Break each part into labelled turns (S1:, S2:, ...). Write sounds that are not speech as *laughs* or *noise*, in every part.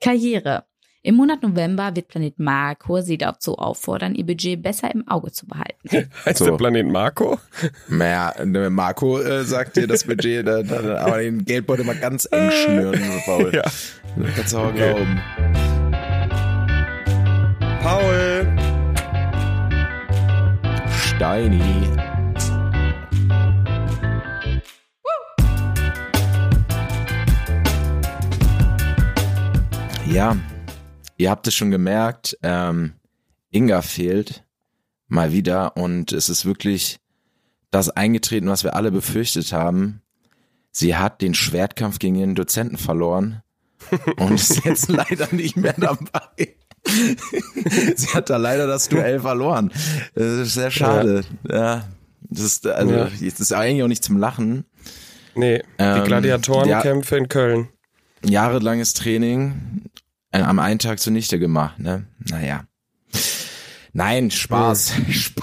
S1: Karriere. Im Monat November wird Planet Marco sie dazu auffordern, ihr Budget besser im Auge zu behalten.
S2: Heißt der Planet Marco?
S3: Naja, ne, Marco äh, sagt dir das Budget, da, da, da, aber den Geldbeutel mal ganz eng schnüren, Paul.
S2: Ja.
S3: Kannst du auch
S2: Okay.
S3: glauben. Paul! Steini. Ja, ihr habt es schon gemerkt, ähm, Inga fehlt mal wieder und es ist wirklich das eingetreten, was wir alle befürchtet haben. Sie hat den Schwertkampf gegen ihren Dozenten verloren und ist jetzt leider nicht mehr dabei. Sie hat da leider das Duell verloren. Das ist sehr schade. Ja. Das ist, also,
S2: Ja.
S3: das ist eigentlich auch nicht zum Lachen.
S2: Nee,
S3: Ähm,
S2: die Gladiatorenkämpfe in Köln.
S3: jahrelanges Training äh, am einen Tag zunichte gemacht, ne? Naja.
S2: *laughs*
S3: Nein, Spaß. *laughs* Spaß.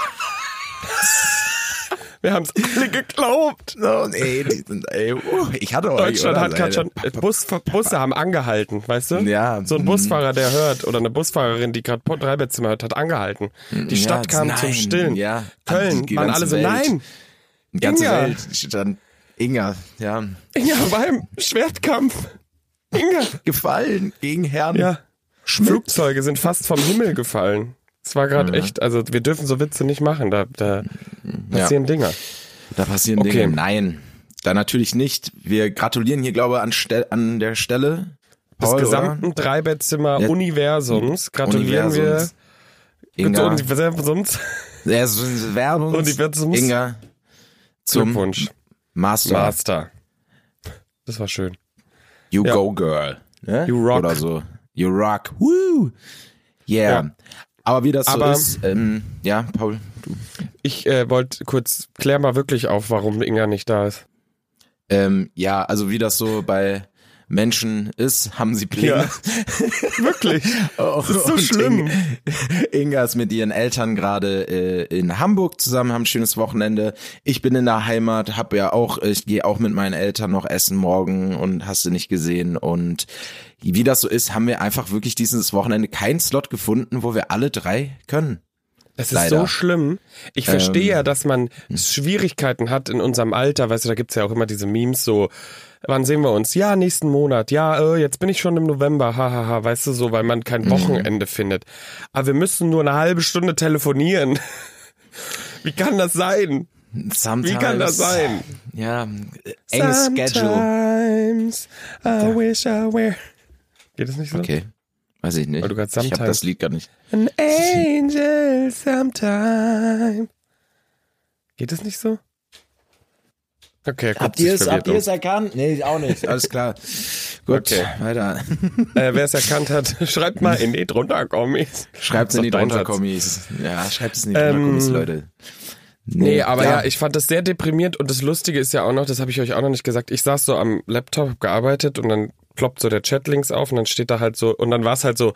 S2: Wir haben es alle
S3: *laughs*
S2: geglaubt.
S3: Oh, nee, die sind, ey, oh, ich hatte euch.
S2: Deutschland
S3: oder?
S2: hat gerade schon, äh, Bus, Busse haben angehalten, weißt du?
S3: Ja. Mhm.
S2: So ein Busfahrer, der hört, oder eine Busfahrerin, die gerade Dreibettzimmer hört, hat angehalten. Die
S3: Ja,
S2: Stadt kam
S3: nein,
S2: zum Stillen.
S3: ja.
S2: Köln,
S3: Die- die
S2: waren
S3: ganze
S2: alle so,
S3: Welt.
S2: nein,
S3: Die ganze
S2: Inga.
S3: Welt stand Inga, ja.
S2: Inga beim Schwertkampf. Inga.
S3: Gefallen gegen Herrn.
S2: Ja.
S3: Hm.
S2: Flugzeuge sind fast vom Himmel gefallen. Es war
S3: Mhm.
S2: gerade echt, also wir dürfen so Witze nicht machen, da, da passieren Dinger.
S3: Da passieren
S2: Okay.
S3: Dinge. Nein. Da natürlich nicht. Wir gratulieren hier, glaube ich, an, Stel an der Stelle.
S2: Des
S3: Paul,
S2: gesamten Dreibettzimmer-Universums
S3: oder?
S2: gratulieren
S3: Universums.
S2: wir
S3: Inga.
S2: Universums
S3: Ja, es ist Werbung.
S2: Universums.
S3: Inga. Zum
S2: Glückwunsch.
S3: Master.
S2: Master. Das war schön.
S3: You
S2: Ja.
S3: go girl. Ne?
S2: You rock.
S3: Oder so. You rock. Woo. Yeah.
S2: Ja.
S3: Aber wie das
S2: Aber-
S3: so ist, ähm, ja, Paul, du,
S2: Ich äh, wollte kurz, klär mal wirklich auf, warum Inga nicht da ist.
S3: ähm, ja, also wie das so bei Menschen ist, haben sie Pläne.
S2: *laughs* Wirklich?
S3: Oh,
S2: Das ist so
S3: und
S2: schlimm.
S3: Inga, *laughs* Inga ist mit ihren Eltern gerade äh, in Hamburg zusammen, haben ein schönes Wochenende. Ich bin in der Heimat, hab ja auch, ich gehe auch mit meinen Eltern noch essen morgen und hast du nicht gesehen. Und wie das so ist, haben wir einfach wirklich dieses Wochenende keinen Slot gefunden, wo wir alle drei können.
S2: Es ist
S3: Leider. Ähm.
S2: so
S3: Hm.
S2: schlimm. Ich verstehe ja, dass man Schwierigkeiten hat in unserem Alter. Weißt du, da gibt's ja auch immer diese Memes so, wann sehen wir uns? Ja, nächsten Monat. Ja, äh, jetzt bin ich schon im November. Hahaha, ha, ha. weißt du, so, weil man
S3: Mhm.
S2: kein Wochenende findet. Aber wir müssen nur eine halbe Stunde telefonieren. *laughs* Wie kann das sein?
S3: Sometimes,
S2: Wie kann das sein?
S3: Ja, äh, enges Schedule.
S2: Sometimes I wish I were. Geht es nicht so?
S3: Okay, weiß ich nicht.
S2: Weil du grad
S3: ich habe
S2: sometimes-
S3: das Lied gar nicht.
S2: An angel sometime. Geht es nicht so? Okay, guck, sich verwirrt um.
S3: erkannt? Nee, auch nicht. Alles klar. Gut,
S2: Okay.
S3: weiter.
S2: Äh, Wer es erkannt hat, *laughs* schreibt mal in die drunter Kommis.
S3: Schreibt's in die
S2: Doch dein
S3: drunter
S2: Satz.
S3: Kommis. Ja, schreibt's in die drunter Kommis,
S2: Ähm,
S3: Leute.
S2: Nee, aber ja. ich fand das sehr deprimierend und das Lustige ist ja auch noch, das habe ich euch auch noch nicht gesagt, ich saß so am Laptop, hab gearbeitet und dann ploppt so der Chat links auf und dann steht da halt so, und dann war es halt so,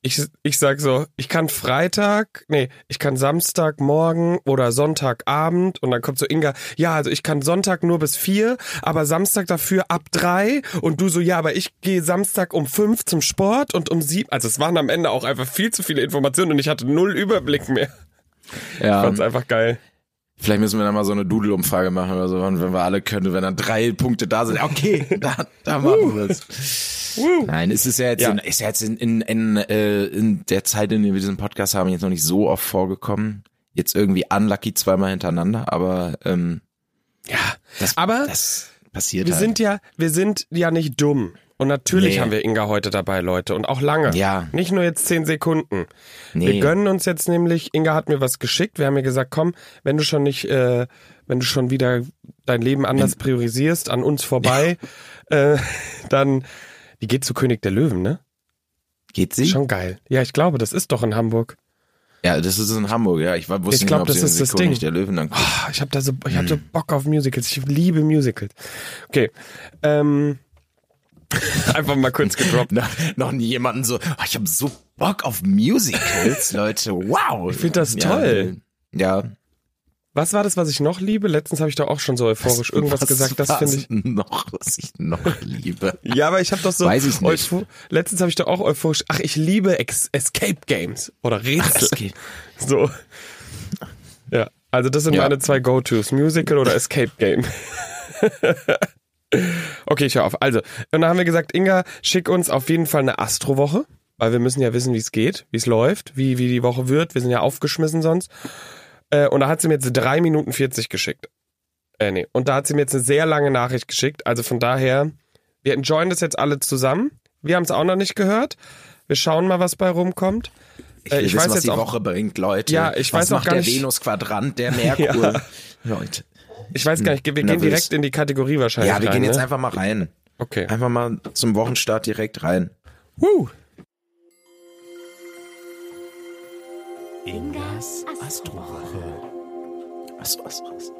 S2: ich, ich sag so, ich kann Freitag, nee, ich kann Samstagmorgen oder Sonntagabend und dann kommt so Inga, ja, also ich kann Sonntag nur bis vier, aber Samstag dafür ab drei und du so, ja, aber ich gehe Samstag um fünf zum Sport und um sieben, also es waren am Ende auch einfach viel zu viele Informationen und ich hatte null Überblick mehr. Ich
S3: ja,
S2: fand's einfach geil.
S3: vielleicht müssen wir da mal so eine Doodle-Umfrage machen oder so, und wenn wir alle können, wenn dann drei Punkte da sind. Okay,
S2: *laughs*
S3: da, da machen wir es. Nein, es ist ja jetzt,
S2: Ja.
S3: In, ist ja jetzt in, in, in, äh, in der Zeit, in der wir diesen Podcast haben, jetzt noch nicht so oft vorgekommen. Jetzt irgendwie unlucky zweimal hintereinander, aber ähm, das,
S2: aber
S3: das passiert
S2: Wir
S3: halt.
S2: sind ja, wir sind ja nicht dumm. Und natürlich
S3: Nee.
S2: haben wir Inga heute dabei, Leute. Und auch lange.
S3: Ja.
S2: Nicht nur jetzt zehn Sekunden.
S3: nee.
S2: Wir gönnen uns jetzt nämlich, Inga hat mir was geschickt. Wir haben ihr gesagt, komm, wenn du schon nicht, äh, wenn du schon wieder dein Leben anders priorisierst, an uns vorbei, *laughs* äh, dann, die geht zu König der Löwen, ne?
S3: Geht sie?
S2: Schon geil. Ja, ich glaube, das ist doch in Hamburg.
S3: Ja, das ist in Hamburg, ja. Ich war- wusste
S2: Ich
S3: nicht,
S2: glaub,
S3: mehr, ob
S2: das
S3: sie
S2: ist
S3: den
S2: das
S3: König
S2: Ding.
S3: der Löwen dann guckt.
S2: Ah, Ich habe da so, ich hab so
S3: Hm.
S2: Bock auf Musicals. Ich liebe Musicals. Okay. Ähm, *laughs* einfach mal kurz gedroppt.
S3: Na, noch nie jemanden so, "Ah, ich habe so
S2: *laughs*
S3: Bock auf Musicals, Leute. Wow. Ich
S2: find das toll.
S3: Ja,
S2: Was war das, was ich noch liebe? Letztens habe ich doch auch schon so euphorisch irgendwas
S3: Was
S2: gesagt, das
S3: war's
S2: finde ich.
S3: Noch, was ich noch
S2: *laughs*
S3: liebe.
S2: Ja, aber ich habe doch so.
S3: Weiß ich nicht.
S2: Eupho- Letztens habe ich doch auch euphorisch. Ach, ich liebe Ex Escape Games oder Rätsel.
S3: Es geht-
S2: so. Ja, also das sind
S3: Ja.
S2: meine zwei Go-Tos: Musical oder Escape Game. okay, ich höre auf. Also, und dann haben wir gesagt, Inga, schick uns auf jeden Fall eine Astrowoche, weil wir müssen ja wissen, wie es geht, wie es läuft, wie, wie die Woche wird. Wir sind ja aufgeschmissen sonst. Äh, und da hat sie mir jetzt 3 Minuten 40 geschickt. Äh, nee. Und da hat sie mir jetzt eine sehr lange Nachricht geschickt. Also von daher, wir enjoyen das jetzt alle zusammen. Wir haben es auch noch nicht gehört. Wir schauen mal, was bei rumkommt.
S3: Ich,
S2: Äh,
S3: will
S2: ich
S3: wissen,
S2: weiß
S3: was
S2: jetzt
S3: die
S2: auch-
S3: Woche bringt, Leute.
S2: Ja, ich
S3: was
S2: weiß auch
S3: macht
S2: gar
S3: der
S2: nicht- *laughs*
S3: Venus-Quadrant, der Merkur. Leute.
S2: Ich weiß gar nicht, wir gehen
S3: nervös.
S2: direkt in die Kategorie wahrscheinlich.
S3: Ja, wir
S2: rein,
S3: gehen
S2: ne?
S3: jetzt einfach mal rein.
S2: Okay.
S3: Einfach mal zum Wochenstart direkt rein.
S2: Woo.
S3: Was, was, was?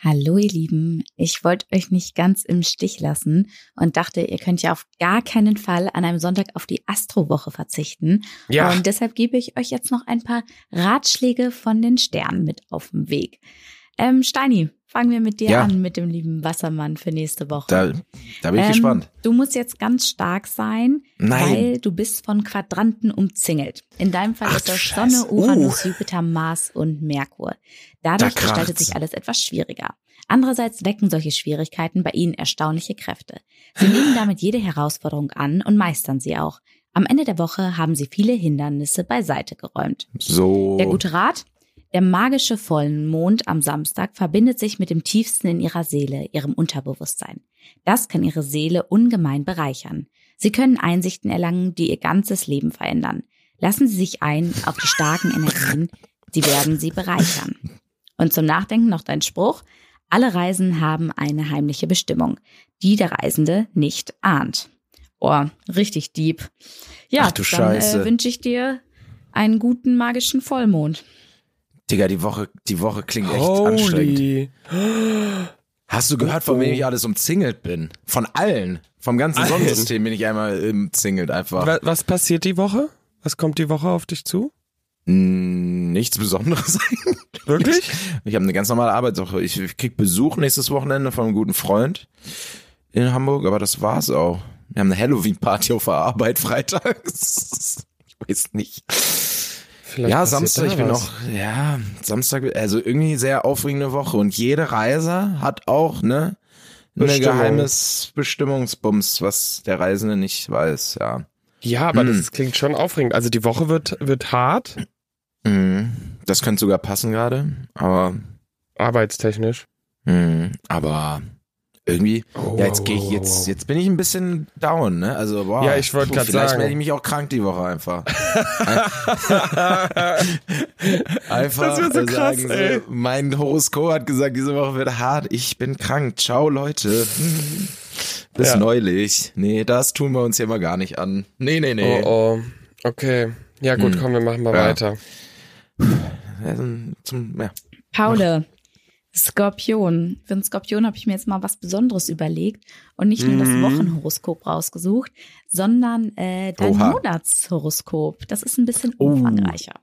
S1: Hallo ihr Lieben, ich wollte euch nicht ganz im Stich lassen und dachte, ihr könnt ja auf gar keinen Fall an einem Sonntag auf die Astrowoche verzichten.
S2: Ja.
S1: Und deshalb gebe ich euch jetzt noch ein paar Ratschläge von den Sternen mit auf den Weg. Ähm, Steini, fangen wir mit dir
S3: Ja.
S1: an, mit dem lieben Wassermann für nächste Woche.
S3: Da, da bin ich
S1: Ähm,
S3: gespannt.
S1: Du musst jetzt ganz stark sein,
S3: Nein.
S1: weil du bist von Quadranten umzingelt. In deinem Fall
S3: Ach
S1: ist
S3: du
S1: das
S3: Scheiße. Uh.
S1: Sonne, Uranus, Jupiter, Mars und Merkur. Dadurch
S3: Da kracht's.
S1: gestaltet sich alles etwas schwieriger. Andererseits wecken solche Schwierigkeiten bei ihnen erstaunliche Kräfte. Sie nehmen damit jede Herausforderung an und meistern sie auch. Am Ende der Woche haben sie viele Hindernisse beiseite geräumt.
S3: So.
S1: Der gute Rat? Der magische Vollmond am Samstag verbindet sich mit dem Tiefsten in ihrer Seele, ihrem Unterbewusstsein. Das kann ihre Seele ungemein bereichern. Sie können Einsichten erlangen, die ihr ganzes Leben verändern. Lassen Sie sich ein auf die starken Energien, sie werden sie bereichern. Und zum Nachdenken noch dein Spruch. Alle Reisen haben eine heimliche Bestimmung, die der Reisende nicht ahnt. Oh, richtig deep. Ja,
S3: Ach du
S1: dann äh,
S3: Scheiße.
S1: wünsche ich dir einen guten magischen Vollmond.
S3: Digga, die Woche, die Woche klingt echt anstrengend.
S2: Holy.
S3: Hast du gehört, von wem ich alles umzingelt bin? Von allen. Vom ganzen
S2: Allen.
S3: Sonnensystem bin ich einmal umzingelt einfach.
S2: Wa- Was passiert die Woche? Was kommt die Woche auf dich zu?
S3: Mm, Nichts Besonderes. *laughs*
S2: Wirklich?
S3: ich habe eine ganz normale Arbeitswoche. Ich, ich krieg Besuch nächstes Wochenende von einem guten Freund in Hamburg, aber das war's auch. Wir haben eine Halloween-Party auf der Arbeit freitags. *laughs* Ich weiß nicht.
S2: Vielleicht
S3: ja,
S2: passiert
S3: Samstag,
S2: da
S3: ich bin
S2: was.
S3: noch, ja, Samstag, also irgendwie sehr aufregende Woche und jede Reise hat auch, ne, eine
S2: Bestimmung.
S3: geheimes Bestimmungsbums, was der Reisende nicht weiß, ja.
S2: Ja, aber
S3: Hm.
S2: das klingt schon aufregend. Also die Woche wird, wird hart,
S3: Mhm. Das könnte sogar passen gerade, aber,
S2: arbeitstechnisch.
S3: mhm. aber irgendwie,
S2: Oh,
S3: ja, jetzt gehe
S2: wow,
S3: ich,
S2: wow,
S3: jetzt,
S2: wow.
S3: jetzt bin ich ein bisschen down, ne, also, wow.
S2: Oh. Ja, ich wollte
S3: Puh,
S2: grad
S3: Vielleicht
S2: sagen.
S3: melde ich mich auch krank die Woche einfach.
S2: *laughs*
S3: Einfach
S2: Das wär so
S3: äh,
S2: krass,
S3: sagen,
S2: ey.
S3: so, mein Horoskop hat gesagt, diese Woche wird hart, ich bin krank. Ciao, Leute. Bis
S2: Ja.
S3: neulich. Nee, das tun wir uns hier mal gar nicht an. Nee, nee, nee. Hm.
S2: Oh, oh. Okay. Ja, gut, komm, wir machen mal
S3: Ja.
S2: weiter.
S3: Ähm, Zum, ja.
S1: Paule, Skorpion. Für den Skorpion habe ich mir jetzt mal was Besonderes überlegt und nicht nur das
S3: Mhm.
S1: Wochenhoroskop rausgesucht, sondern äh, dein
S3: Oha. Oh.
S1: Monatshoroskop. Das ist ein bisschen umfangreicher.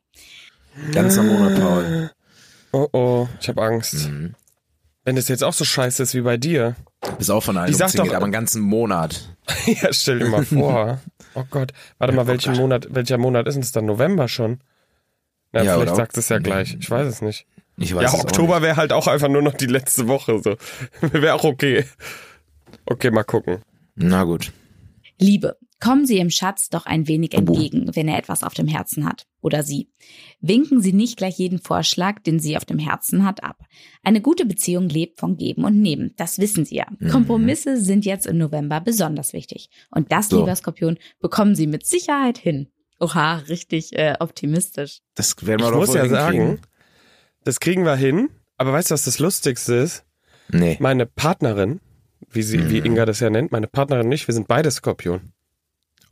S3: Ganzer Monat, Paul.
S2: Oh, oh, ich habe Angst.
S3: Mhm.
S2: Wenn das jetzt auch so scheiße ist wie bei dir.
S3: Bist auch von allen
S2: Die sagt
S3: umzingelt,
S2: doch-
S3: aber einen ganzen Monat.
S2: *laughs* ja, stell dir mal
S3: *laughs*
S2: vor. Oh Gott. Warte mal, welchen
S3: Gott.
S2: Monat, welcher Monat ist denn es dann? November schon? Na,
S3: Ja,
S2: vielleicht
S3: oder?
S2: sagst du es ja gleich. Ich weiß es nicht.
S3: Ich weiß
S2: ja,
S3: es auch
S2: Oktober wäre halt auch einfach nur noch die letzte Woche. So. *laughs* wäre auch okay. Okay, mal gucken.
S3: Nicht. Na gut.
S1: Liebe, kommen Sie Ihrem Schatz doch ein wenig entgegen, wenn er etwas auf dem Herzen hat. Oder Sie. Winken Sie nicht gleich jeden Vorschlag, den sie auf dem Herzen hat, ab. Eine gute Beziehung lebt von Geben und Nehmen. Das wissen Sie ja. Kompromisse sind jetzt im November besonders wichtig. Und das,
S3: So.
S1: lieber Skorpion, bekommen Sie mit Sicherheit hin. Oha, richtig äh, optimistisch.
S3: Das werden wir
S2: Ich
S3: doch
S2: muss
S3: wohl
S2: ja sagen,
S3: hinkriegen.
S2: das kriegen wir hin. Aber weißt du, was das Lustigste ist?
S3: Nee.
S2: Meine Partnerin, wie, sie, wie
S3: Mhm.
S2: Inga das ja nennt, meine Partnerin nicht, wir sind beide Skorpion.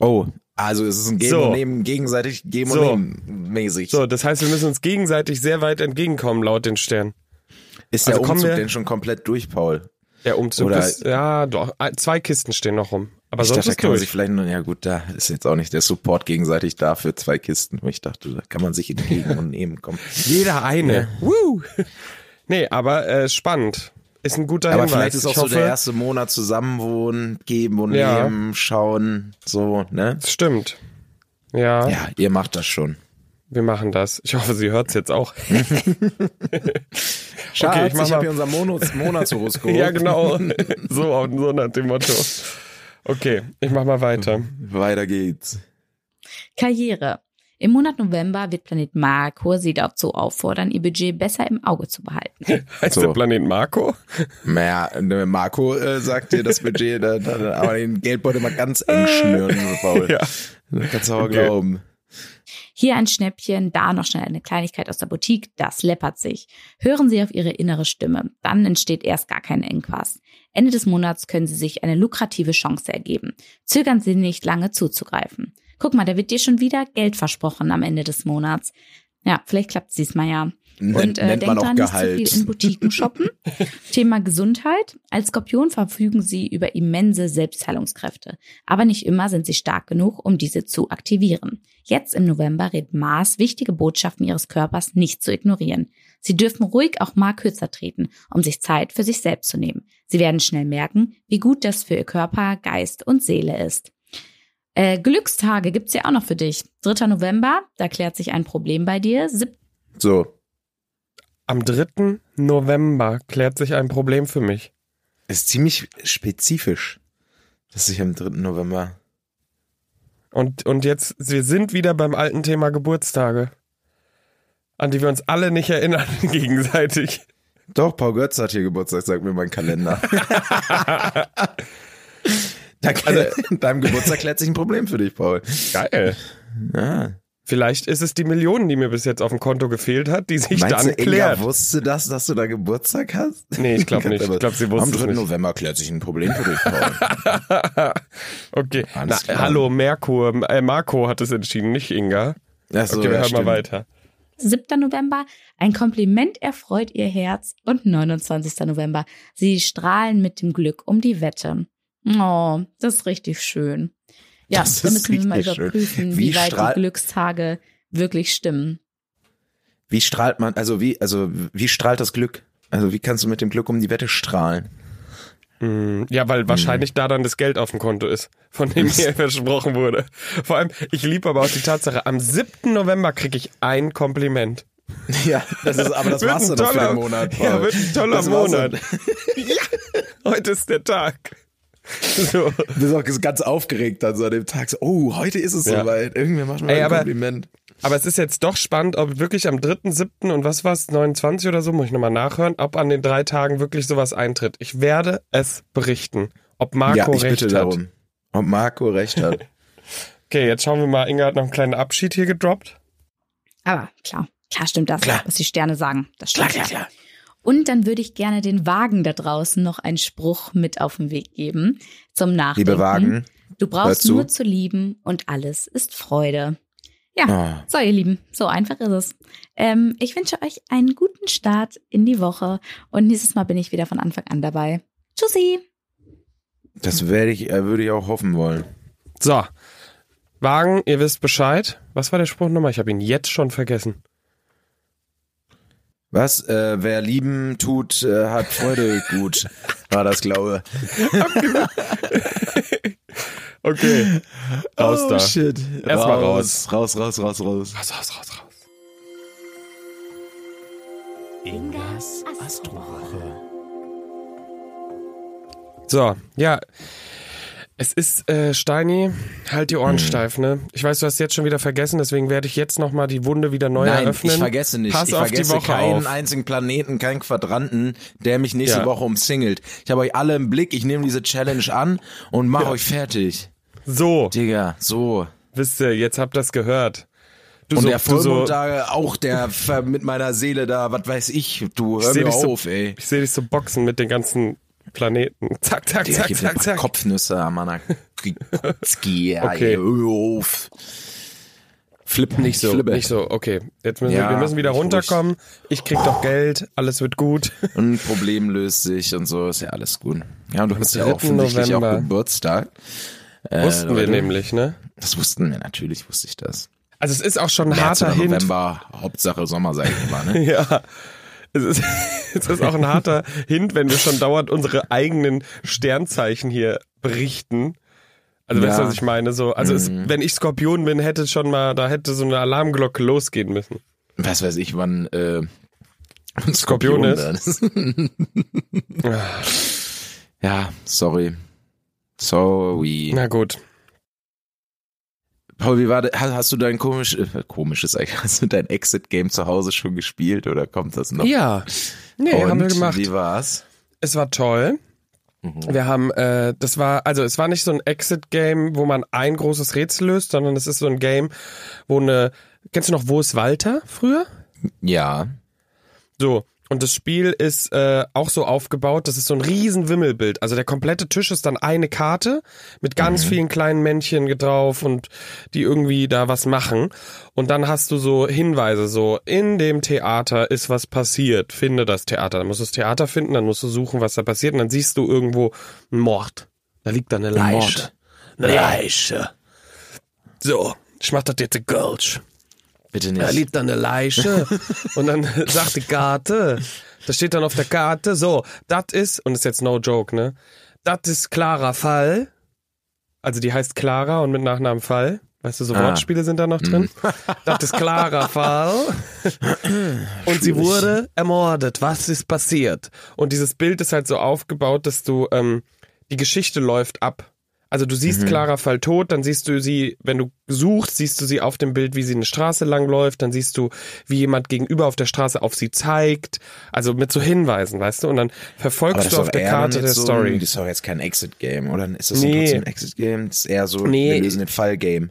S3: Oh, also es ist ein Geben
S2: So.
S3: und Nehmen, gegenseitig Geben
S2: So.
S3: und Nehmen mäßig.
S2: So, das heißt, wir müssen uns gegenseitig sehr weit entgegenkommen, laut den Sternen.
S3: Ist der
S2: also kommen
S3: Umzug
S2: wir-
S3: denn schon komplett durch, Paul?
S2: Der Umzug
S3: Oder-
S2: ist, ja, doch, ein- zwei Kisten stehen noch rum. Aber
S3: ich
S2: sonst
S3: dachte, da
S2: ist
S3: kann man sich
S2: durch.
S3: vielleicht nur, ja gut, da ist jetzt auch nicht der Support gegenseitig da für zwei Kisten. Ich dachte, da kann man sich entgegen und nehmen. Komm.
S2: Jeder eine. Woo. *laughs* Nee, aber äh, spannend. Ist ein guter
S3: Aber
S2: Hinweis.
S3: vielleicht ist auch
S2: ich
S3: so
S2: hoffe,
S3: der erste Monat zusammenwohnen, geben und
S2: Ja.
S3: nehmen, schauen, so, ne?
S2: Das stimmt. Ja,
S3: Ja, ihr macht das schon.
S2: wir machen das. Ich hoffe, sie hört's jetzt
S3: *laughs*
S2: auch.
S3: Schatz,
S2: ich mach mal- *laughs*
S3: unser *laughs* Monats Monatshoroskop.
S2: ja, genau.
S3: *laughs*
S2: so, auf- so nach dem Motto. Okay, ich mach mal weiter.
S3: Mhm. Weiter geht's.
S1: Karriere. Im Monat November wird Planet Marco Sie dazu auffordern, Ihr Budget besser im Auge zu behalten.
S2: Heißt
S3: So.
S2: der Planet Marco?
S3: Naja, ne, Marco äh, sagt dir das Budget, da, da, da, aber den Geldbeutel mal ganz
S2: *laughs*
S3: eng schnüren, so Paul.
S2: Ja.
S3: Das Kannst du auch
S2: Okay.
S3: glauben.
S1: Hier ein Schnäppchen, da noch schnell eine Kleinigkeit aus der Boutique, das läppert sich. Hören Sie auf Ihre innere Stimme, dann entsteht erst gar kein Engpass. Ende des Monats können Sie sich eine lukrative Chance ergeben. Zögern Sie nicht lange zuzugreifen. Guck mal, da wird dir schon wieder Geld versprochen am Ende des Monats. Ja, vielleicht klappt es diesmal ja. Und
S3: Nennt,
S1: äh,
S3: nennt man
S1: denkt
S3: auch
S1: dran, nicht
S3: Gehalt.
S1: zu viel in Boutiquen
S3: *laughs*
S1: shoppen. Thema Gesundheit. Als Skorpion verfügen sie über immense Selbstheilungskräfte. Aber nicht immer sind sie stark genug, um diese zu aktivieren. Jetzt im November rät Mars, wichtige Botschaften ihres Körpers nicht zu ignorieren. Sie dürfen ruhig auch mal kürzer treten, um sich Zeit für sich selbst zu nehmen. Sie werden schnell merken, wie gut das für ihr Körper, Geist und Seele ist. Äh, Glückstage gibt's ja auch noch für dich. 3. November, da klärt sich ein Problem bei dir. 7.
S3: so,
S2: Am 3. November klärt sich ein Problem für mich.
S3: ist ziemlich spezifisch, dass ich am 3. November.
S2: Und, und jetzt, wir sind wieder beim alten Thema Geburtstage, an die wir uns alle nicht erinnern *laughs* gegenseitig.
S3: Doch, Paul Götz hat hier Geburtstag, sagt mir mein *laughs* Kalender. da, also, deinem Geburtstag klärt sich ein Problem für dich, Paul.
S2: Geil.
S3: Ja.
S2: Vielleicht ist es die Million, die mir bis jetzt auf dem Konto gefehlt hat, die sich
S3: Meinst
S2: dann
S3: du, Inga
S2: klärt.
S3: wusste das, dass du da Geburtstag hast?
S2: Nee, ich
S3: *laughs*
S2: glaube nicht. Ich glaube, sie
S3: Am
S2: wusste
S3: 3.
S2: es nicht.
S3: November klärt sich ein Problem für dich, Paul.
S2: *laughs* Okay. Na,
S3: Alles klar.
S2: hallo, Merkur. Äh, Marco hat es entschieden, nicht Inga.
S3: Ach
S2: Okay,
S3: so,
S2: wir
S3: ja,
S2: hören
S3: Also, stimmt.
S2: mal weiter.
S1: 7. November, ein Kompliment erfreut ihr Herz und 29. November, sie strahlen mit dem Glück um die Wette. Oh, das ist richtig schön. Ja,
S3: Das
S1: da
S3: ist
S1: müssen wir mal
S3: richtig schön.
S1: überprüfen,
S3: Wie
S1: wie, weit
S3: strahl-
S1: die Glückstage wirklich stimmen.
S3: Wie strahlt man, also wie, also wie strahlt das Glück? Also wie kannst du mit dem Glück um die Wette strahlen?
S2: Hm, Ja, weil wahrscheinlich da dann das Geld auf dem Konto ist, von
S3: *laughs*
S2: dem mir versprochen wurde. Vor allem, ich liebe aber auch die Tatsache, am 7. November kriege ich ein Kompliment.
S3: Ja, das ist, aber das
S2: Wird
S3: war's
S2: ein
S3: dann auch für
S2: toller-
S3: den Monat, Paul.
S2: Ja, wird ein toller
S3: Das war's
S2: Monat.
S3: dann.
S2: ja, heute ist der Tag. So.
S3: Du bist auch ganz aufgeregt dann so an dem Tag. So, oh, heute ist es
S2: Ja.
S3: soweit. Irgendwer macht mal
S2: Ey,
S3: ein
S2: aber-
S3: Kompliment.
S2: Aber es ist jetzt doch spannend, ob wirklich am 3.7. und was war's, 29 oder so, muss ich nochmal nachhören, ob an den drei Tagen wirklich sowas eintritt. Ich werde es berichten, ob Marco
S3: ja, ich
S2: recht
S3: bitte
S2: hat.
S3: darum. Ob Marco recht hat.
S2: Okay, jetzt schauen wir mal, Inga hat noch einen kleinen Abschied hier gedroppt.
S1: Aber klar, klar stimmt das,
S3: Klar.
S1: was die Sterne sagen. Das stimmt.
S3: klar.
S1: Und dann würde ich gerne den Wagen da draußen noch einen Spruch mit auf den Weg geben zum Nachdenken.
S3: Liebe Wagen.
S1: du
S3: hör
S1: brauchst
S3: zu.
S1: nur zu lieben und alles ist Freude. Ja,
S3: Oh.
S1: So, ihr Lieben, so einfach ist es. Ähm, ich wünsche euch einen guten Start in die Woche und nächstes Mal bin ich wieder von Anfang an dabei. Tschüssi!
S3: Das werde ich, äh, würde ich auch hoffen wollen.
S2: So. Wagen, ihr wisst Bescheid. Was war der Spruch nochmal? Ich habe ihn jetzt schon vergessen.
S3: Was? Äh, wer lieben tut, äh, hat Freude
S2: *laughs*
S3: gut. War das, glaube
S2: Okay. Raus da.
S3: Oh, shit.
S2: Erstmal
S3: Raus, raus, raus,
S2: Raus,
S3: raus.
S2: raus, raus, raus.
S4: Ingas Astrowoche.
S2: So, ja. Es ist, äh, Steini, halt die Ohren
S3: Hm.
S2: steif, ne? Ich weiß, du hast jetzt schon wieder vergessen, deswegen werde ich jetzt nochmal die Wunde wieder neu
S3: Nein,
S2: eröffnen.
S3: ich vergesse nicht.
S2: Pass
S3: ich
S2: auf
S3: vergesse
S2: die Woche
S3: keinen
S2: auf.
S3: einzigen Planeten, keinen Quadranten, der mich nächste
S2: Ja.
S3: Woche umzingelt. Ich habe euch alle im Blick, ich nehme diese Challenge an und mache euch fertig.
S2: So,
S3: Digga, so.
S2: wisst ihr, jetzt habt das gehört. Du
S3: Und
S2: so,
S3: der
S2: du so,
S3: Vollmond da, auch der ver- mit meiner Seele da, was weiß ich, du, hör
S2: seh
S3: mir
S2: dich so-
S3: auf, ey.
S2: ich sehe dich so boxen mit den ganzen Planeten. *laughs* Zack, zack,
S3: Digga,
S2: zack,
S3: gib mir
S2: zack,
S3: ein paar
S2: zack.
S3: Kopfnüsse an meiner
S2: *laughs*
S3: Kutzki, ja,
S2: Okay.
S3: ey, hör auf. Flipp nicht
S2: So,
S3: Flippe.
S2: nicht so, okay. Jetzt müssen
S3: Ja,
S2: wir, wir müssen wieder
S3: nicht
S2: runterkommen. Ich krieg doch Geld, alles wird gut.
S3: Ein Problem löst sich und so, ist ja alles gut. Ja, und du hast ja auch
S2: Am 3.
S3: offensichtlich auch
S2: November.
S3: Geburtstag. Äh,
S2: Wussten wir
S3: Leute,
S2: nämlich, ne?
S3: Das wussten wir, natürlich wusste ich das.
S2: Also es ist auch schon ein harter
S3: oder
S2: Hint.
S3: November, Hauptsache Sommer, sag ich immer, ne?
S2: *laughs* Ja. Es ist, *laughs* es ist auch ein harter Hint, wenn wir schon dauernd unsere eigenen Sternzeichen hier berichten. Also weißt du,
S3: Ja. Mhm.
S2: was ich meine? So, also es, wenn ich Skorpion bin, hätte schon mal, da hätte so eine Alarmglocke losgehen müssen.
S3: Was weiß ich, wann äh, ein
S2: Skorpion
S3: Skorpion
S2: ist.
S3: ist. *laughs* ja, sorry. Sorry.
S2: Na gut.
S3: Paul, wie war das? Hast, hast du dein komisch, äh, komisches eigentlich, *laughs* hast du dein Exit-Game zu Hause schon gespielt oder kommt das noch?
S2: Ja. Nee,
S3: Und
S2: haben wir gemacht.
S3: Wie Mhm. war's?
S2: Es war toll. Wir haben, äh, das war, also es war nicht so ein Exit-Game, wo man ein großes Rätsel löst, sondern es ist so ein Game, wo eine, kennst du noch Wo ist Walter früher?
S3: Ja.
S2: So. Und das Spiel ist äh, auch so aufgebaut, das ist so ein riesen Wimmelbild. Also der komplette Tisch ist dann eine Karte mit ganz vielen kleinen Männchen drauf und die irgendwie da was machen. Und dann hast du so Hinweise, so in dem Theater ist was passiert, finde das Theater. Dann musst du das Theater finden, dann musst du suchen, was da passiert. Und dann siehst du irgendwo einen Mord. Da liegt da eine Leiche.
S3: Mord.
S2: Eine Leiche. So, ich mach das jetzt Gulch.
S3: Bitte
S2: Da
S3: nicht.
S2: liegt dann eine Leiche und dann sagt die Karte, da steht dann auf der Karte, so, das ist, und ist jetzt no joke, ne? Das ist Clara Fall. Also die heißt Clara und mit Nachnamen Fall. Weißt du, so
S3: Ah.
S2: Wortspiele sind da noch drin. Das ist Clara Fall. Und sie wurde ermordet. Was ist passiert? Und dieses Bild ist halt so aufgebaut, dass du, ähm, die Geschichte läuft ab. Also du
S3: Mhm.
S2: siehst Clara Fall tot, dann siehst du sie, wenn du suchst, siehst du sie auf dem Bild, wie sie eine Straße lang läuft, dann siehst du, wie jemand gegenüber auf der Straße auf sie zeigt. Also mit so Hinweisen, weißt du? Und dann verfolgst du auf der
S3: eher
S2: Karte
S3: dann
S2: der
S3: jetzt so ein-
S2: Story.
S3: Das ist doch jetzt kein Exit-Game, oder? Ist das
S2: Nee.
S3: nee. trotzdem ein Exit-Game? Das ist eher so,
S2: Nee.
S3: wir lösen den Fall-Game.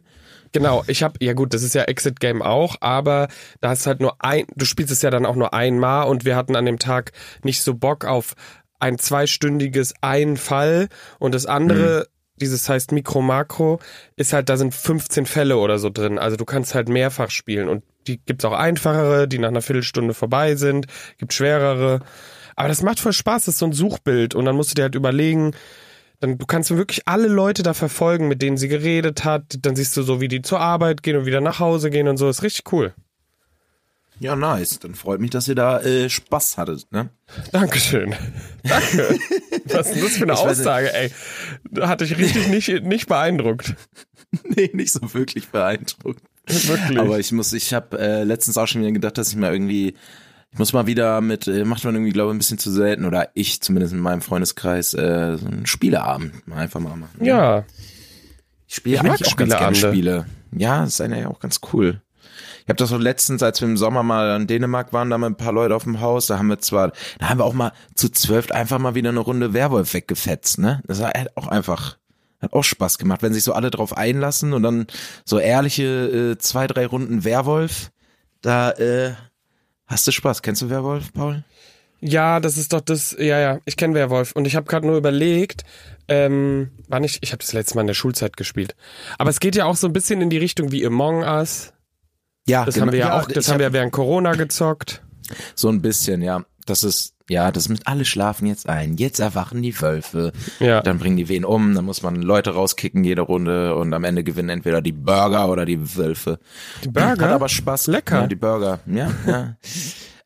S2: Genau, ich habe ja gut, das ist ja Exit Game auch, aber da ist halt nur ein, du spielst es ja dann auch nur einmal und wir hatten an dem Tag nicht so Bock auf ein zweistündiges einen Fall und das andere, dieses heißt Mikro Makro, ist halt, da sind 15 Fälle oder so drin. Also du kannst halt mehrfach spielen und die gibt's auch einfachere, die nach einer Viertelstunde vorbei sind, gibt schwerere. Aber das macht voll Spaß, das ist so ein Suchbild und dann musst du dir halt überlegen, dann du kannst wirklich alle Leute da verfolgen, mit denen sie geredet hat. Dann siehst du so, wie die zur Arbeit gehen und wieder nach Hause gehen und so. Ist richtig cool.
S3: Ja, nice. Dann freut mich, dass ihr da äh, Spaß hattet, ne?
S2: Dankeschön. *laughs* Danke. Was ist denn das für eine
S3: Ich weiß nicht.
S2: Aussage, ey? Da Hatte ich richtig nicht, nicht beeindruckt.
S3: *laughs* Nee, nicht so wirklich beeindruckt.
S2: Wirklich.
S3: Aber ich muss, ich habe äh, letztens auch schon wieder gedacht, dass ich mal irgendwie, ich muss mal wieder mit, äh, macht man irgendwie, glaube ich, ein bisschen zu selten, oder ich zumindest in meinem Freundeskreis, äh, so einen Spieleabend mal einfach mal machen.
S2: ja,
S3: Ich spiele
S2: Ich mag
S3: eigentlich auch ganz gerne
S2: Spieleabende.
S3: Spiele. Ja, das ist eigentlich auch ganz cool. Ich habe das so letztens, als wir im Sommer mal in Dänemark waren, da haben ein paar Leute auf dem Haus, da haben wir zwar, da haben wir auch mal zu zwölf einfach mal wieder eine Runde Werwolf weggefetzt, ne? Das hat halt auch einfach, hat auch Spaß gemacht, wenn sich so alle drauf einlassen und dann so ehrliche äh, zwei, drei Runden Werwolf, da äh, hast du Spaß. Kennst du Werwolf, Paul?
S2: ja, das ist doch das. Ja, ja. Ich kenne Werwolf und ich habe gerade nur überlegt, ähm, wann ich. Ich habe das letzte Mal in der Schulzeit gespielt. Aber es geht ja auch so ein bisschen in die Richtung wie Among Us.
S3: genau. Ja,
S2: Das haben wir ja, auch. Das haben
S3: ich hab-
S2: wir ja während Corona gezockt.
S3: So ein bisschen, ja. Das ist, ja, das mit alle schlafen jetzt ein. Jetzt erwachen die Wölfe.
S2: Ja.
S3: Dann bringen die wen um, dann muss man Leute rauskicken jede Runde und am Ende gewinnen entweder die Burger oder die Wölfe.
S2: Die Burger?
S3: Hat aber Spaß.
S2: Lecker.
S3: Ja, die Burger, ja.
S2: *laughs*
S3: ja.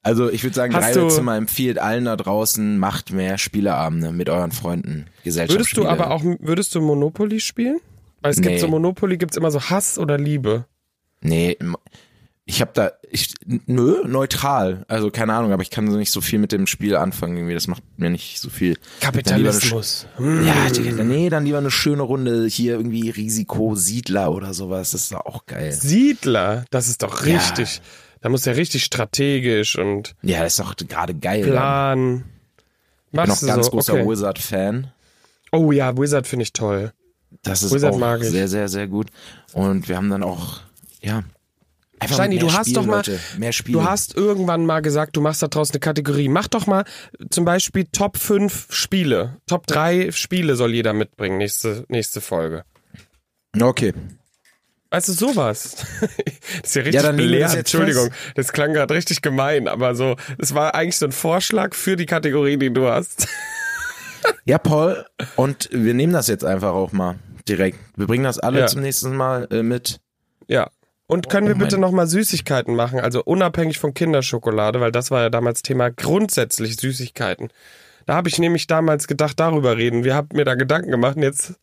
S3: Also ich würde sagen,
S2: Hast
S3: drei
S2: du-
S3: Zimmer empfiehlt allen da draußen, macht mehr Spieleabende mit euren Freunden.
S2: Würdest
S3: Gesellschaftsspiele.
S2: du aber auch, würdest du Monopoly spielen? Weil es gibt
S3: Nee.
S2: so Monopoly, gibt's immer so Hass oder Liebe.
S3: Nee, im- ich habe da, ich, nö, neutral. Also keine Ahnung, aber ich kann so nicht so viel mit dem Spiel anfangen irgendwie. Das macht mir nicht so viel. Dann lieber eine Sch-
S2: Hm.
S3: Ja, Digga, nee, dann lieber eine schöne Runde hier irgendwie Risiko Siedler oder sowas. Das ist doch auch geil.
S2: Siedler, das ist doch richtig. Da muss ja richtig strategisch und
S3: Ja, das ist doch gerade geil.
S2: planen.
S3: Ich bin
S2: Machst du
S3: auch ganz
S2: so?
S3: großer
S2: okay.
S3: Wizard-Fan.
S2: Oh ja, Wizard finde ich toll.
S3: Das ist
S2: Wizard
S3: auch
S2: mag ich.
S3: sehr, sehr, sehr gut. Und wir haben dann auch, ja. Einfach
S2: Steini,
S3: mehr
S2: du hast
S3: Spiel,
S2: doch mal-
S3: Leute, mehr Spiele.
S2: Du hast irgendwann mal gesagt, du machst da draus eine Kategorie. Mach doch mal zum Beispiel Top 5 Spiele. Top 3 Spiele soll jeder mitbringen, nächste, nächste Folge.
S3: Okay.
S2: Weißt du, sowas. *laughs* das ist ja richtig
S3: Ja, dann nehmen wir
S2: belehrend.
S3: das jetzt
S2: Entschuldigung, das klang gerade richtig gemein, aber so, es war eigentlich so ein Vorschlag für die Kategorie, die du hast. *laughs*
S3: Ja, Paul. Und wir nehmen das jetzt einfach auch mal. direkt. Wir bringen das alle
S2: Ja.
S3: zum nächsten Mal äh, mit.
S2: Ja. Und können
S3: Oh
S2: wir
S3: mein-
S2: bitte nochmal Süßigkeiten machen? Also unabhängig von Kinderschokolade, weil das war ja damals Thema grundsätzlich Süßigkeiten. Da habe ich nämlich damals gedacht, darüber reden. Wir haben mir da Gedanken gemacht und jetzt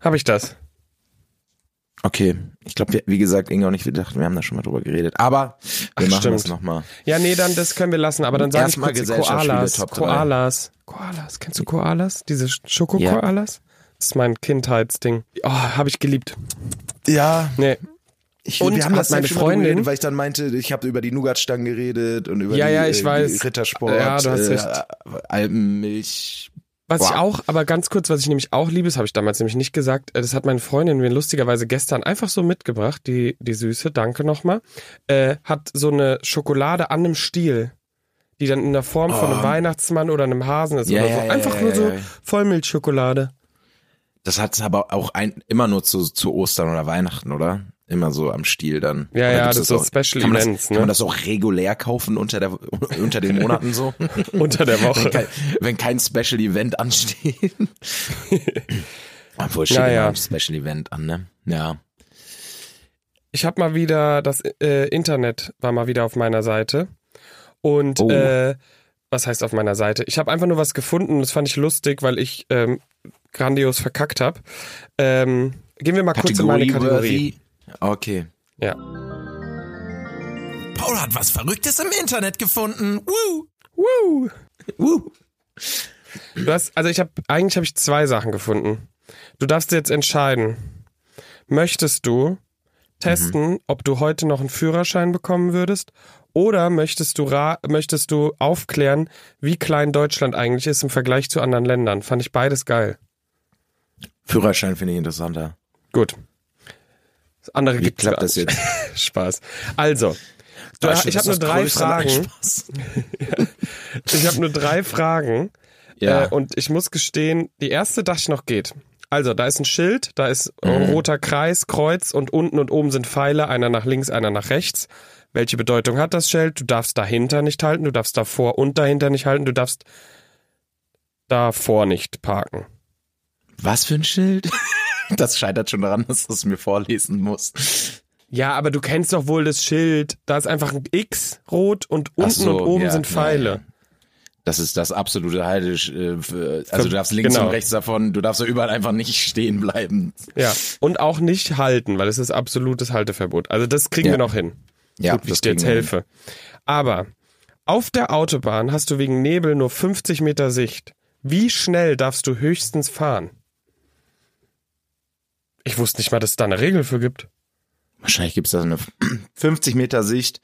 S2: habe ich das.
S3: Okay, ich glaube, wie gesagt, Inga und ich, wir dachten, wir haben da schon mal drüber geredet. Aber wir
S2: Ach,
S3: machen
S2: stimmt.
S3: das nochmal.
S2: Ja, nee, dann das können wir lassen. Aber dann sage ich
S3: Erstmal
S2: kurz die
S3: Gesellschaftsspiele,
S2: Koalas.
S3: Top drei.
S2: Koalas. Koalas. Kennst du Koalas? Diese Schokokoalas? Das ist mein Kindheitsding. Oh, habe ich geliebt.
S3: Ja,
S2: Nee.
S3: ich,
S2: Und
S3: wir haben
S2: hat
S3: das dann
S2: meine
S3: schon mal drüber
S2: Freundin-
S3: geredet, weil ich dann meinte, ich habe über die Nougatstangen geredet und über
S2: Ja,
S3: die,
S2: ja, ich
S3: äh,
S2: weiß.
S3: die Rittersport,
S2: Ja, du hast
S3: äh,
S2: recht.
S3: Alpenmilch.
S2: Was ich
S3: Wow.
S2: auch, aber ganz kurz, was ich nämlich auch liebe, das habe ich damals nämlich nicht gesagt, äh, das hat meine Freundin mir lustigerweise gestern einfach so mitgebracht, die, die Süße, danke nochmal, äh, hat so eine Schokolade an einem Stiel, die dann in der Form von einem
S3: Oh.
S2: Weihnachtsmann oder einem Hasen ist oder so. einfach nur so Vollmilchschokolade. *laughs*
S3: Das hat's aber auch ein, immer nur zu, zu Ostern oder Weihnachten, oder? Immer so am Stiel dann.
S2: Ja,
S3: oder
S2: ja, das
S3: gibt's
S2: sind Special
S3: kann man
S2: Events,
S3: Das,
S2: ne?
S3: Kann man das auch regulär kaufen unter, der, *laughs* unter den
S2: *laughs*
S3: Monaten so?
S2: Unter der
S3: wenn,
S2: Woche.
S3: kein, wenn kein Special Event
S2: *laughs*
S3: ansteht. Obwohl steht
S2: Ja, ja.
S3: immer ein Special Event an, ne? Ja.
S2: Ich habe mal wieder, das äh, Internet war mal wieder auf meiner Seite. Und
S3: Oh.
S2: äh, was heißt auf meiner Seite? Ich habe einfach nur was gefunden, das fand ich lustig, weil ich ähm, grandios verkackt habe. Ähm, gehen wir mal kurz in meine Kategorie.
S3: worthy. Okay.
S2: Ja.
S3: Paul hat was Verrücktes im Internet gefunden. Woo!
S2: Woo!
S3: Woo!
S2: Du hast, also ich habe, eigentlich habe ich zwei Sachen gefunden. Du darfst jetzt entscheiden. Möchtest du testen,
S3: Mhm.
S2: ob du heute noch einen Führerschein bekommen würdest? Oder möchtest du, ra möchtest du aufklären, wie klein Deutschland eigentlich ist im Vergleich zu anderen Ländern? Fand ich beides geil.
S3: Führerschein finde ich interessanter.
S2: Gut. Das andere
S3: Wie
S2: gibt's
S3: klappt
S2: gar
S3: das jetzt?
S2: nicht. *laughs* Spaß. Also, du,
S3: Deutschland
S2: ich
S3: ist
S2: habe nur
S3: das
S2: drei
S3: größte Land.
S2: Fragen. *laughs*
S3: Spaß.
S2: Ich habe nur drei Fragen.
S3: Ja.
S2: Äh, und ich muss gestehen, die erste dachte ich noch geht. Also, da ist ein Schild, da ist äh, roter Kreis, Kreuz und unten und oben sind Pfeile, einer nach links, einer nach rechts. Welche Bedeutung hat das Schild? Du darfst dahinter nicht halten, du darfst davor und dahinter nicht halten, du darfst davor nicht parken.
S3: Was für ein Schild? *laughs* Das scheitert schon daran, dass du es mir vorlesen musst.
S2: Ja, aber du kennst doch wohl das Schild. Da ist einfach ein X rot und
S3: Ach
S2: unten
S3: so,
S2: und oben
S3: ja,
S2: sind Pfeile.
S3: ja, ja. Das ist das absolute Heidisch. äh, für- Also du darfst links
S2: Genau.
S3: und rechts davon, du darfst da überall einfach nicht stehen bleiben.
S2: Ja, und auch nicht halten, weil es ist absolutes Halteverbot. Also das kriegen
S3: Ja.
S2: wir noch hin.
S3: Ja,
S2: Gut, wie ich
S3: das
S2: dir
S3: kriegen
S2: jetzt
S3: wir hin.
S2: helfe. Aber auf der Autobahn hast du wegen Nebel nur 50 Meter Sicht. Wie schnell darfst du höchstens fahren? Ich wusste nicht mal, dass es da eine Regel für gibt.
S3: Wahrscheinlich gibt's da so eine *clears throat* 50 Meter Sicht.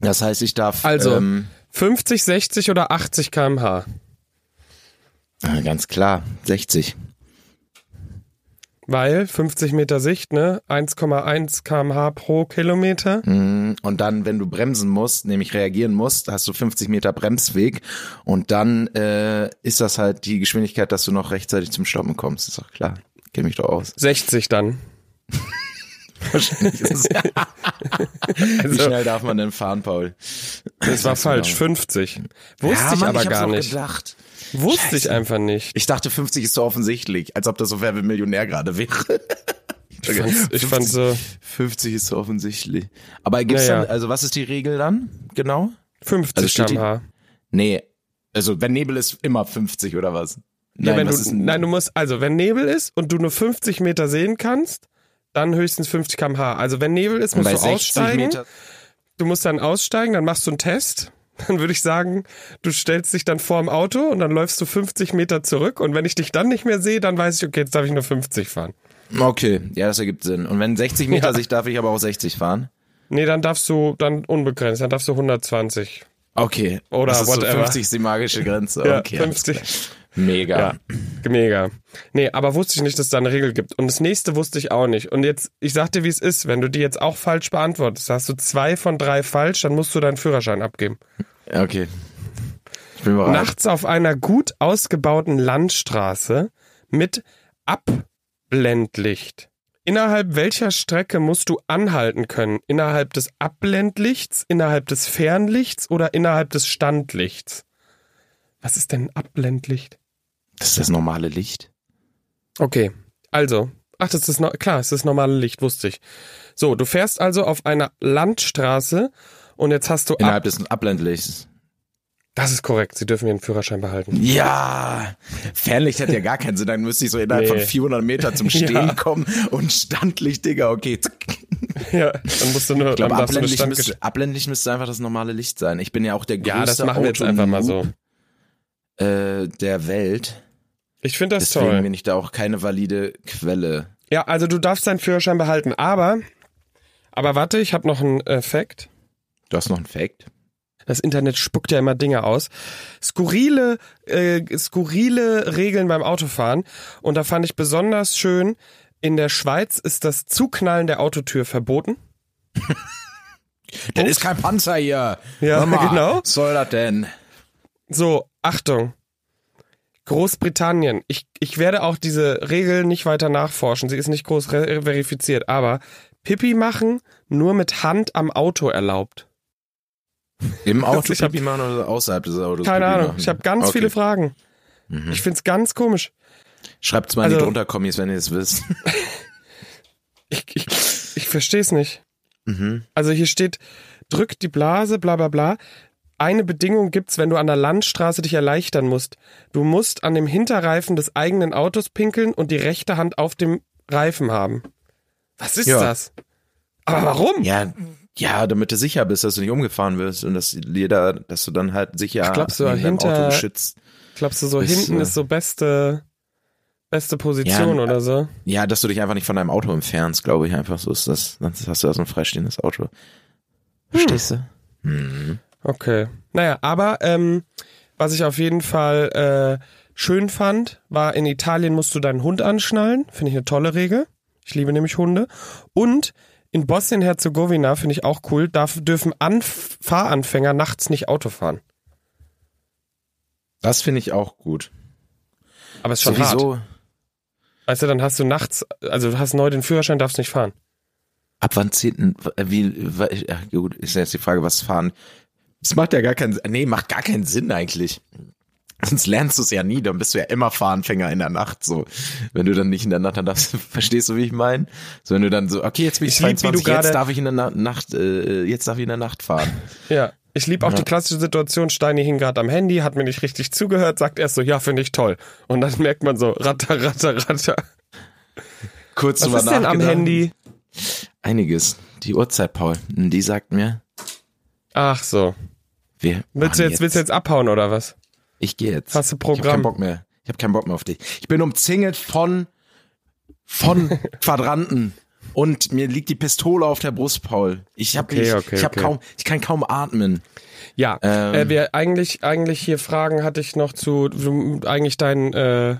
S3: Das heißt, ich darf
S2: Also.
S3: ähm,
S2: 50, 60 oder 80 kmh.
S3: äh, ganz klar 60.
S2: Weil 50 Meter Sicht, ne? 1,1 kmh pro Kilometer.
S3: Mhm. Und dann, wenn du bremsen musst, nämlich reagieren musst, hast du 50 Meter Bremsweg und dann äh, ist das halt die Geschwindigkeit, dass du noch rechtzeitig zum Stoppen kommst. Ist doch klar. Kenn mich doch aus. *laughs*
S2: 60 dann. *laughs*
S3: Wahrscheinlich ist es- Wie
S2: Also,
S3: schnell darf man denn fahren, Paul?
S2: das war
S3: sagst du
S2: falsch.
S3: dann?
S2: 50. Wusste ich aber gar nicht.
S3: Gedacht.
S2: Wusste ich
S3: Scheiße.
S2: einfach nicht.
S3: Ich dachte, 50 ist so offensichtlich, als ob das so wer will Millionär gerade wäre.
S2: Ich fand's, ich fand's so
S3: 50 ist so offensichtlich. Aber gibt's
S2: Naja.
S3: dann, also was ist die Regel dann? Genau?
S2: 50
S3: Also steht die-
S2: kmh.
S3: Nee. Also, wenn Nebel ist, immer 50 oder was?
S2: Ja, wenn
S3: was
S2: du,
S3: ist denn-
S2: nein, du musst, also wenn Nebel ist und du nur 50 Meter sehen kannst, dann höchstens 50 km/h. Also wenn Nebel ist, musst
S3: bei
S2: du
S3: 60
S2: aussteigen.
S3: Meter.
S2: Du musst dann aussteigen, dann machst du einen Test. *laughs* Dann würde ich sagen, du stellst dich dann vor dem Auto und dann läufst du 50 Meter zurück. Und wenn ich dich dann nicht mehr sehe, dann weiß ich, okay, jetzt darf ich nur 50 fahren.
S3: Okay, ja, das ergibt Sinn. Und wenn 60 Meter
S2: Ja.
S3: sich, darf ich aber auch 60 fahren?
S2: Nee, dann darfst du dann unbegrenzt, dann darfst du 120.
S3: Okay.
S2: Oder
S3: das ist so
S2: whatever.
S3: 50 ist die magische Grenze.
S2: *laughs* Ja,
S3: okay. alles
S2: 50.
S3: klar. Mega.
S2: Ja. mega. Nee, aber wusste ich nicht, dass es da eine Regel gibt. Und das nächste wusste ich auch nicht. Und jetzt, ich sag dir, wie es ist, wenn du die jetzt auch falsch beantwortest, hast du zwei von drei falsch, dann musst du deinen Führerschein abgeben.
S3: Okay. Ich bin bereit.
S2: Nachts auf einer gut ausgebauten Landstraße mit Abblendlicht. Innerhalb welcher Strecke musst du anhalten können? Innerhalb des Abblendlichts, innerhalb des Fernlichts oder innerhalb des Standlichts? Was ist denn ein Abblendlicht?
S3: Das ist das normale Licht.
S2: Okay, also. Ach, das ist no klar, es ist normale Licht, wusste ich. So, du fährst also auf einer Landstraße und jetzt hast du
S3: Innerhalb des Ablandlichts.
S2: Das ist korrekt, sie dürfen ihren Führerschein
S3: *laughs*
S2: behalten.
S3: Ja, Fernlicht hat ja gar keinen Sinn. Dann müsste ich so innerhalb
S2: Nee.
S3: von 400 Meter zum
S2: *laughs*
S3: Stehen
S2: Ja.
S3: kommen und Standlicht, Digga, okay. zack.
S2: Ja, dann musst du nur,
S3: Ich glaube,
S2: dann darfst du eine
S3: Abblendlicht
S2: Standgesch
S3: müsste, Abblendlicht müsste einfach das normale Licht sein. Ich bin ja auch der größte
S2: Ja, das machen wir jetzt
S3: Autonoob,
S2: einfach mal so.
S3: Äh, der Welt.
S2: Ich finde das
S3: Deswegen
S2: toll.
S3: bin ich da auch keine valide Quelle.
S2: Ja, also du darfst deinen Führerschein behalten, aber, aber warte, ich habe noch einen äh, Fact.
S3: Du hast noch einen Fact?
S2: Das Internet spuckt ja immer Dinge aus. Skurrile, äh, skurrile Regeln beim Autofahren. Und da fand ich besonders schön, in der Schweiz ist das Zuknallen der Autotür verboten.
S3: Das ist kein Panzer hier.
S2: Ja,
S3: Hör mal,
S2: genau.
S3: Was soll das denn?
S2: So, Achtung. Großbritannien. Ich, ich werde auch diese Regel nicht weiter nachforschen. Sie ist nicht groß re- verifiziert. Aber Pipi machen nur mit Hand am Auto erlaubt.
S3: Im Auto
S2: Ich hab-
S3: Pipi machen oder außerhalb des Autos?
S2: Keine
S3: Pipi
S2: Ahnung.
S3: machen?
S2: Ich habe ganz
S3: Okay. Mhm.
S2: viele Fragen. Ich find's ganz komisch.
S3: Schreibt's mal in die
S2: Also-
S3: drunter Kommis, wenn ihr es wisst. *laughs*
S2: Ich, ich, ich verstehe es nicht.
S3: Mhm.
S2: Also hier steht, drück die Blase, bla bla bla. Eine Bedingung gibt's, wenn du an der Landstraße dich erleichtern musst. Du musst an dem Hinterreifen des eigenen Autos pinkeln und die rechte Hand auf dem Reifen haben. Was ist
S3: Ja.
S2: das? Aber warum?
S3: Ja, ja, damit du sicher bist, dass du nicht umgefahren wirst und dass jeder, dass du dann halt sicher
S2: Ich glaub, so
S3: neben deinem
S2: hinter-
S3: Auto geschützt.
S2: Glaubst du, so
S3: Ist,
S2: hinten
S3: äh,
S2: ist so beste, beste Position
S3: Ja,
S2: oder so?
S3: Ja, dass du dich einfach nicht von deinem Auto entfernst, glaube ich einfach. So ist das. Sonst hast du erst ein freistehendes
S2: Hm.
S3: Auto. Verstehst du? Mhm.
S2: Okay. Naja, aber ähm, was ich auf jeden Fall äh, schön fand, war in Italien musst du deinen Hund anschnallen. Finde ich eine tolle Regel. Ich liebe nämlich Hunde. Und in Bosnien-Herzegowina finde ich auch cool, darf, dürfen Anf Fahranfänger nachts nicht Auto fahren.
S3: Das finde ich auch gut.
S2: Aber es ist schon hart.
S3: Sowieso.
S2: Weißt du, dann hast du nachts, also du hast neu den Führerschein, darfst nicht fahren.
S3: Ab wann zählt denn, wie, wa- ja, gut, ist ja jetzt die Frage, was fahren. Das macht ja gar keinen, nee, macht gar keinen Sinn eigentlich. Sonst lernst du es ja nie, dann bist du ja immer Fahranfänger in der Nacht, so. Wenn du dann nicht in der Nacht, dann darfst, verstehst du, *laughs* wie ich meine? So, wenn du dann so, okay, jetzt bin
S2: Ich
S3: ich,
S2: lieb, wie du
S3: 22,
S2: gerade-
S3: jetzt darf ich in der Na Nacht, äh, jetzt darf ich in der Nacht fahren.
S2: Ja. Ich liebe auch
S3: Ja.
S2: die klassische Situation, Steini hing gerade am Handy, hat mir nicht richtig zugehört, sagt erst so, ja, finde ich toll. Und dann *laughs* merkt man so, ratter, ratter, ratter.
S3: Kurz
S2: Was
S3: drüber
S2: ist denn am
S3: nachgedacht.
S2: Handy?
S3: Einiges. Die Uhrzeit, Paul. hm, Die sagt mir,
S2: Ach so.
S3: wir.
S2: Willst du
S3: machen
S2: jetzt, willst du jetzt abhauen oder was?
S3: Ich gehe jetzt.
S2: Hast du
S3: Ich hab
S2: Programm?
S3: keinen Bock mehr. Ich habe keinen Bock mehr auf dich. Ich bin umzingelt von
S2: *laughs*
S3: von Quadranten und mir liegt die Pistole auf der Brust, Paul. Ich habe
S2: Okay,
S3: ich,
S2: okay,
S3: ich hab
S2: okay.
S3: kaum ich kann kaum atmen.
S2: Ja,
S3: Ähm.
S2: äh, wir eigentlich eigentlich hier Fragen hatte ich noch zu zu- eigentlich dein äh,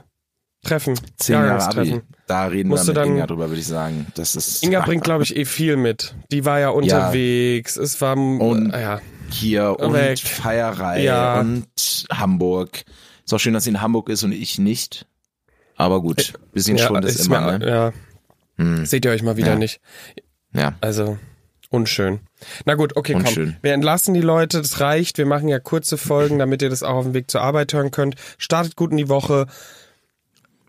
S2: Treffen,
S3: Zehn Jahre Abi.
S2: Jahrgangstreffen.
S3: Da reden
S2: Musst
S3: wir
S2: du
S3: mit
S2: dann-
S3: Inga drüber, würde ich sagen. Das ist
S2: Inga bringt glaube ich eh viel mit. Die war ja unterwegs. Es war
S3: Und-
S2: und ja.
S3: hier und
S2: Weg.
S3: Feierei
S2: Ja.
S3: und Hamburg. Ist auch schön, dass sie in Hamburg ist und ich nicht. Aber gut, bisschen
S2: Äh, ja,
S3: Schwund ist
S2: ist
S3: immer,
S2: mir,
S3: ne?
S2: ja.
S3: Hm.
S2: Seht ihr euch mal wieder
S3: Ja.
S2: nicht.
S3: Ja.
S2: Also unschön. Na gut, okay,
S3: Unschön.
S2: komm. Wir entlassen die Leute, das reicht. Wir machen ja kurze Folgen, damit ihr das auch auf dem Weg zur Arbeit hören könnt. Startet gut in die Woche.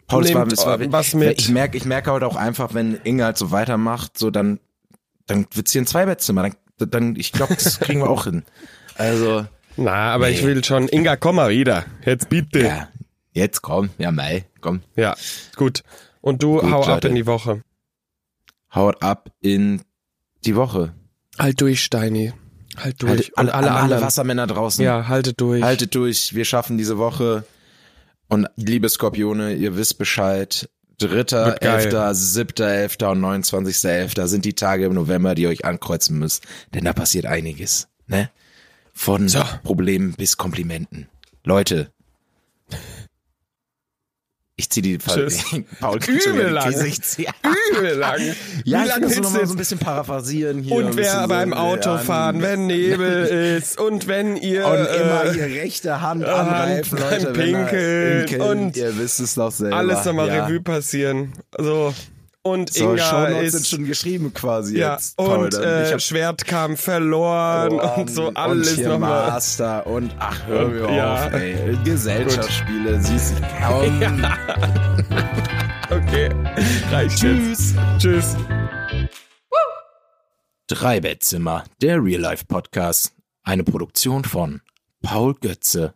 S3: Paul, es war,
S2: Nehmt,
S3: es war, oh,
S2: äh, was mit.
S3: Ich merke, ich merke heute auch einfach, wenn Inge halt so weitermacht, so dann, dann wird's hier ein Zweibettzimmer. Dann, dann, ich glaube, das kriegen wir auch hin. Also,
S2: Na, aber ich will schon. Inga, komm mal wieder. Jetzt bitte.
S3: ja, jetzt komm, ja, Mai, komm.
S2: Ja, gut. Und du
S3: Gut,
S2: hau ab
S3: Leute.
S2: in die Woche.
S3: Haut ab in die Woche.
S2: Halt durch, Steini. Halt durch.
S3: Haltet, alle,
S2: Und alle,
S3: alle, alle
S2: anderen.
S3: Wassermänner draußen.
S2: ja, haltet durch.
S3: Haltet durch, wir schaffen diese Woche. Und liebe Skorpione, ihr wisst Bescheid. Dritter,
S2: Wird geil.
S3: elfter, siebter, elfter und 29.11. sind die Tage im November, die ihr euch ankreuzen müsst. Denn da passiert einiges. Ne? Von
S2: So.
S3: Problemen bis Komplimenten. Leute. Ich zieh die
S2: Tschüss.
S3: *laughs* Paul kriegt schon
S2: Übel
S3: wieder die
S2: lang.
S3: Käse. Ich zieh-
S2: Übel lang.
S3: *laughs* Ja,
S2: Wie
S3: ich
S2: lang
S3: muss
S2: hältst
S3: nochmal
S2: du
S3: so
S2: jetzt?
S3: ein bisschen paraphrasieren hier. ein
S2: Und
S3: bisschen
S2: wer
S3: so,
S2: beim
S3: ja,
S2: Autofahren,
S3: an-
S2: wenn Nebel ist und wenn ihr
S3: und immer
S2: äh,
S3: die rechte Hand
S2: Hand
S3: anreifen,
S2: beim
S3: Leute, wenn er
S2: Pinkeln
S3: pinkeln,
S2: und
S3: ihr wisst es doch selber.
S2: alles nochmal
S3: ja.
S2: Revue passieren. So. Und
S3: So,
S2: Inga
S3: Shownotes sind
S2: ist
S3: schon geschrieben quasi
S2: ja,
S3: jetzt. Paul,
S2: und
S3: dann. ich
S2: äh,
S3: hab
S2: Schwertkampf verloren
S3: verloren
S2: und so alles
S3: und hier
S2: nochmal.
S3: Master und ach, hör mir
S2: Ja.
S3: auf, ey. Gesellschaftsspiele, siehst du
S2: *laughs*
S3: kaum.
S2: Okay, reicht
S3: Tschüss.
S2: jetzt. Tschüss.
S3: Drei Bettzimmer, der Real Life Podcast. Eine Produktion von Paul Götze.